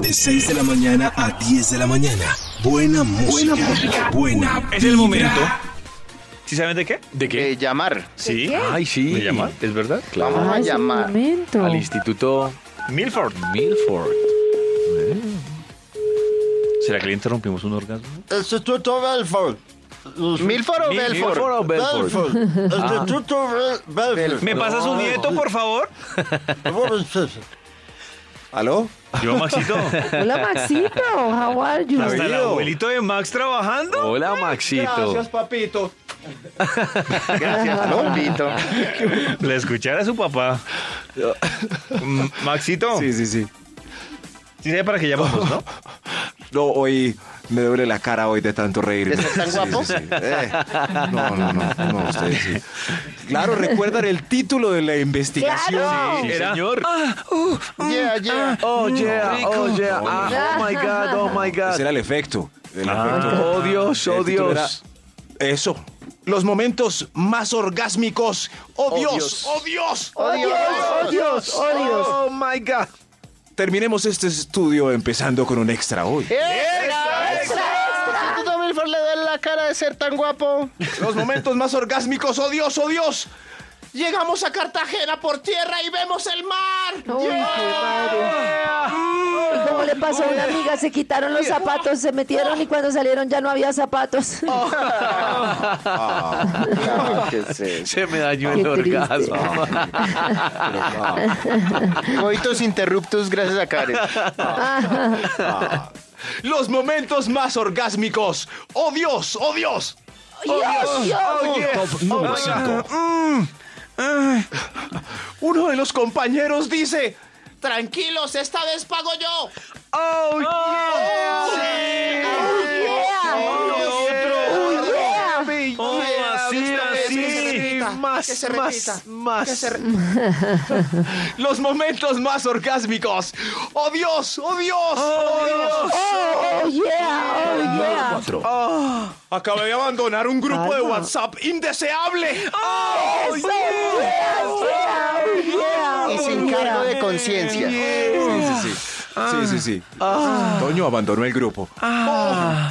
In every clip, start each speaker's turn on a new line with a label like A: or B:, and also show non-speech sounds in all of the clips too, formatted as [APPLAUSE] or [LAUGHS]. A: De 6 de la mañana a 10 de la mañana. Buena música. Buena música. Buena.
B: Es el momento. ¿Sí saben de qué?
C: ¿De qué?
D: Eh, llamar.
B: Sí.
C: Ay, sí.
B: ¿Me llaman?
C: ¿Es verdad?
D: Vamos a
E: Ay, es un
D: llamar.
E: momento.
C: Al Instituto
B: Milford.
C: Milford. Eh. ¿Será que le interrumpimos un orgasmo?
F: Instituto Belfort.
D: Milford o Belfort.
C: o Belfort?
F: Belfort. Instituto Bel- Belfort.
B: ¿Me pasa su nieto, por favor?
F: ¿Aló?
B: Yo, Maxito.
E: Hola, Maxito. How are you?
B: Hasta el abuelito de Max trabajando.
C: Hola, Maxito.
F: papito.
D: Gracias, [LAUGHS] papito.
B: La escuchara a su papá. Mm, Maxito,
F: Sí,
B: sí,
F: sí, sí.
B: sabe para qué llamamos, ¿no?
F: No, hoy me duele la cara hoy de tanto reír.
D: ¿De ser tan guapo?
F: No, no, no, no, ustedes sí. Claro, recuerdan el título de la investigación.
E: ¡Claro!
C: Sí,
B: Era-
C: señor.
D: Yeah, yeah.
C: Oh, yeah. Oh, yeah. Ah, oh, my God. Oh, my
F: Ese
C: God.
F: era el efecto. El
B: Ah.
F: efecto.
C: Oh, Dios. Oh,
F: El título
C: Dios.
F: era Eso. Los momentos más orgásmicos. ¡Oh, Dios! ¡Oh, Dios!
E: ¡Oh, Dios! ¡Oh, Dios! ¡Oh, Dios!
C: Oh, my God.
F: Terminemos este estudio empezando con un extra hoy.
D: ¡Extra, extra! ¿Por qué tú a Oh, Milford le duele la cara de ser tan guapo?
F: Los momentos más orgásmicos, oh Dios, oh Dios. Llegamos a Cartagena por tierra y vemos el mar.
E: ¡Uy, qué madre! ¿Cómo le pasó a una amiga? Se quitaron los zapatos, se metieron y cuando salieron ya no había
D: [LAUGHS]
E: zapatos.
D: ¿Qué es eso?
C: Se me dañó
E: Qué
C: el
E: triste.
C: orgasmo.
D: Coitus interruptus gracias a Karen.
F: Los momentos más orgásmicos, oh Dios, oh Dios.
E: ¡Dios! ¡Dios!
F: Top número 5. Uno de los compañeros dice, tranquilos, esta vez pago yo.
C: Oh,
E: Oh,
F: Otro.
C: Oh, así, así. Más,
F: Que se
C: más,
F: repita.
C: más.
F: Los momentos más orgásmicos, oh Dios, oh Dios. Oh, Dios.
E: ¡Oh, yeah! ¡Oh, yeah!
F: Acabé de abandonar un grupo de WhatsApp indeseable.
E: ¡Eso! ¡Yeah! ¡Yeah! ¡Oh, yeah!
D: Y sin cargo de conciencia.
F: Sí, sí, sí. Sí, sí, sí. Toño abandonó el grupo. Oh.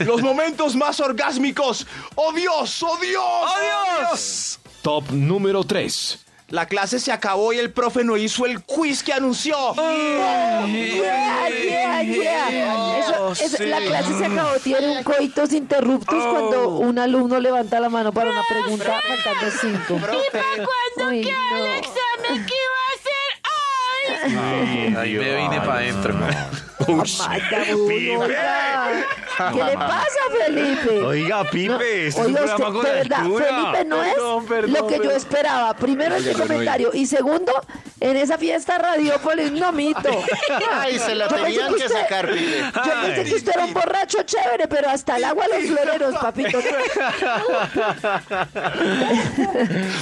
F: Los momentos más orgásmicos. ¡Oh Dios! ¡Oh Dios!
G: Top número 3.
F: La clase se acabó y el profe no hizo el quiz que anunció.
E: Yeah, yeah, yeah. Oh, Eso, eso- La clase se acabó. Tiene un coitos interruptos cuando un alumno levanta la mano para una pregunta faltando cinco.
H: cuando
E: Ay,
H: queda
E: no.
H: el examen que iba a hacer hoy?
C: Ahí me vine para adentro.
E: Mata uno, oiga. ¿Qué le pasa, Felipe?
B: Oiga, Pipe, este
E: Oiga,
B: es un programa
E: usted,
B: con
E: de verdad,
B: altura.
E: Felipe no es
C: Perdón, perdón,
E: lo que yo
C: perdón.
E: esperaba. Primero este comentario y segundo, en esa fiesta Radiópolis no mito.
D: [LAUGHS] Ay, se la
E: Yo pensé
D: tenían que
E: usted-
D: sacar, pibe.
E: Yo pensé que usted era un borracho chévere, pero hasta el agua a los floreros, papito.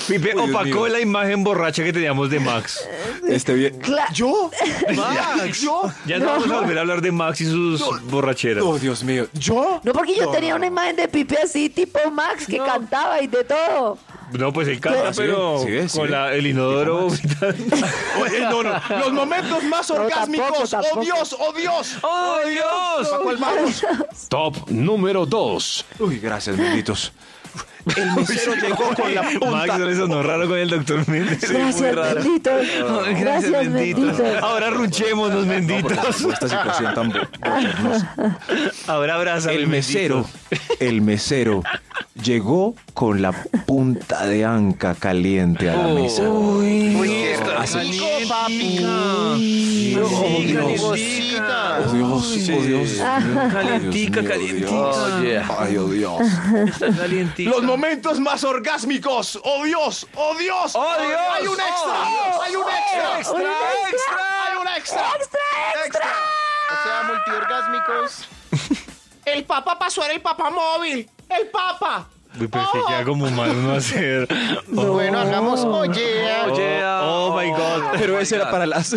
B: Pipe
F: Uy, Dios
B: opacó
F: mío.
B: la imagen borracha que teníamos de Max.
F: Este bien.
E: Cla-
F: ¿Yo? ¿Yo?
B: Ya no, vamos a volver a hablar de Max y sus borracheras.
F: Oh, Dios mío. ¿Yo?
E: No, porque yo tenía una imagen de Pipe así, tipo Max, que cantaba y de todo.
B: No, pues el canta,
F: Ah, sí,
B: pero
F: sí, sí.
B: con la- el inodoro. [LAUGHS]
F: Oye, no, no. Los momentos más
E: No,
F: orgásmicos.
E: tampoco,
F: ¡Oh
E: tampoco.
F: Dios! ¡Oh Dios!
B: ¡Oh, Dios!
F: Paco el Magos.
G: Top número 2.
F: Uy, gracias, benditos. El mesero llegó con la
B: Max
F: punta.
B: no le sonó raro con el doctor Méndez.
E: Gracias, bendito. Gracias, bendito.
B: Ahora ruchémonos, benditos.
F: Esta situación tan bo- bochornosa.
B: Ahora abrázame,
F: El mesero, el mesero llegó con la punta de anca caliente a la
C: Oh,
F: mesa.
D: Uy, qué rico, papi.
C: Dios.
D: Cosita.
F: Oh Dios, oh Dios.
C: Ah,
F: Calentica, calentica.
C: Oh, yeah.
F: Ay, oh Dios. Los momentos más orgásmicos. Oh Dios, oh Dios.
C: ¡Oh, Dios!
F: Hay un extra, hay un extra.
E: Un extra,
F: Hay un extra.
E: extra, extra.
D: O sea, multiorgásmicos.
F: El papa pasó era el papa móvil. El papa.
B: Uy, pero es que queda como mal uno
F: [LAUGHS]
B: hacer. Oh,
D: Bueno, hagamos oye.
B: oh, oh, my god.
F: Pero
C: ese era para las,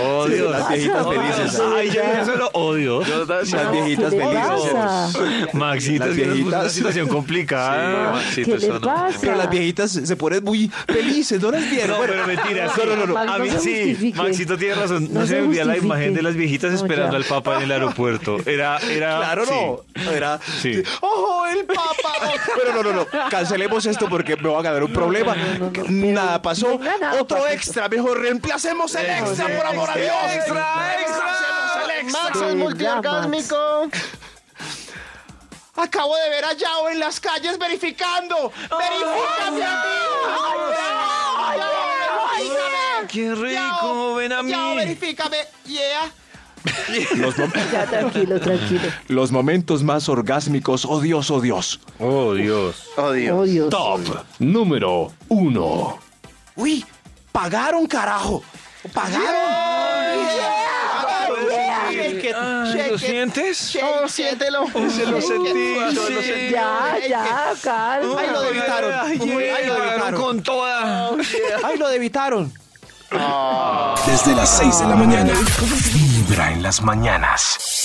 B: Oh, Dios.
C: las viejitas
F: [LAUGHS]
C: felices.
B: Ay, yo eso lo odio. [LAUGHS]
C: Las viejitas
E: ¿Qué le
C: felices.
E: pasa?
B: Maxito, es que nos puso en una
C: viejitas.
B: situación complicada.
E: ¿Qué le pasa?
C: Pero las viejitas se ponen muy felices, ¿no las vieron?
B: No, pero ah, mentira, no, no, no.
E: Max,
B: A
E: no
B: mí
E: se
B: sí,
E: justifique.
B: Maxito tiene razón. No,
E: No
B: se
E: se
B: me olvida la
E: justifique.
B: imagen de las viejitas
E: No,
B: esperando
E: ya.
B: al Papa en el aeropuerto. Era, era.
C: Claro,
B: sí.
C: no. Era,
B: Sí.
C: ¡Ojo, el papa! Pero no, no, no. Cancelemos esto porque me va a ganar un problema.
E: no, no, no.
C: Nada pasó.
E: Venga, nada
C: Otro
E: pasó.
C: extra. Mejor reemplacemos el extra, por amor a Dios.
F: extra,
C: Reemplacemos el extra.
D: Este, Max
E: De
D: es
E: verdad,
D: multiorgásmico.
C: Acabo de ver a Yao en las calles verificando. ¡Verificate a ti! ¡Ay,
F: ¡Qué rico! ¡Ven a mí!
C: Yao, verifícame. Yeah.
E: Ya, tranquilo, tranquilo.
C: Los momentos más orgásmicos, oh Dios, oh Dios.
B: Oh, Dios.
E: Oh, Dios.
I: Top número 1.
C: Uy, pagaron, carajo. Pagaron.
F: ¿Lo sientes?
D: Oh, siéntelo.
F: Se lo sentí.
E: Ya, ya,
C: Ay,
E: calma.
C: lo debitaron. Ay,
F: Ay,
C: lo
F: llegaron
C: debitaron.
F: con toda.
C: Ay, lo debitaron.
A: Desde las 6 de la mañana. Vibra en las mañanas.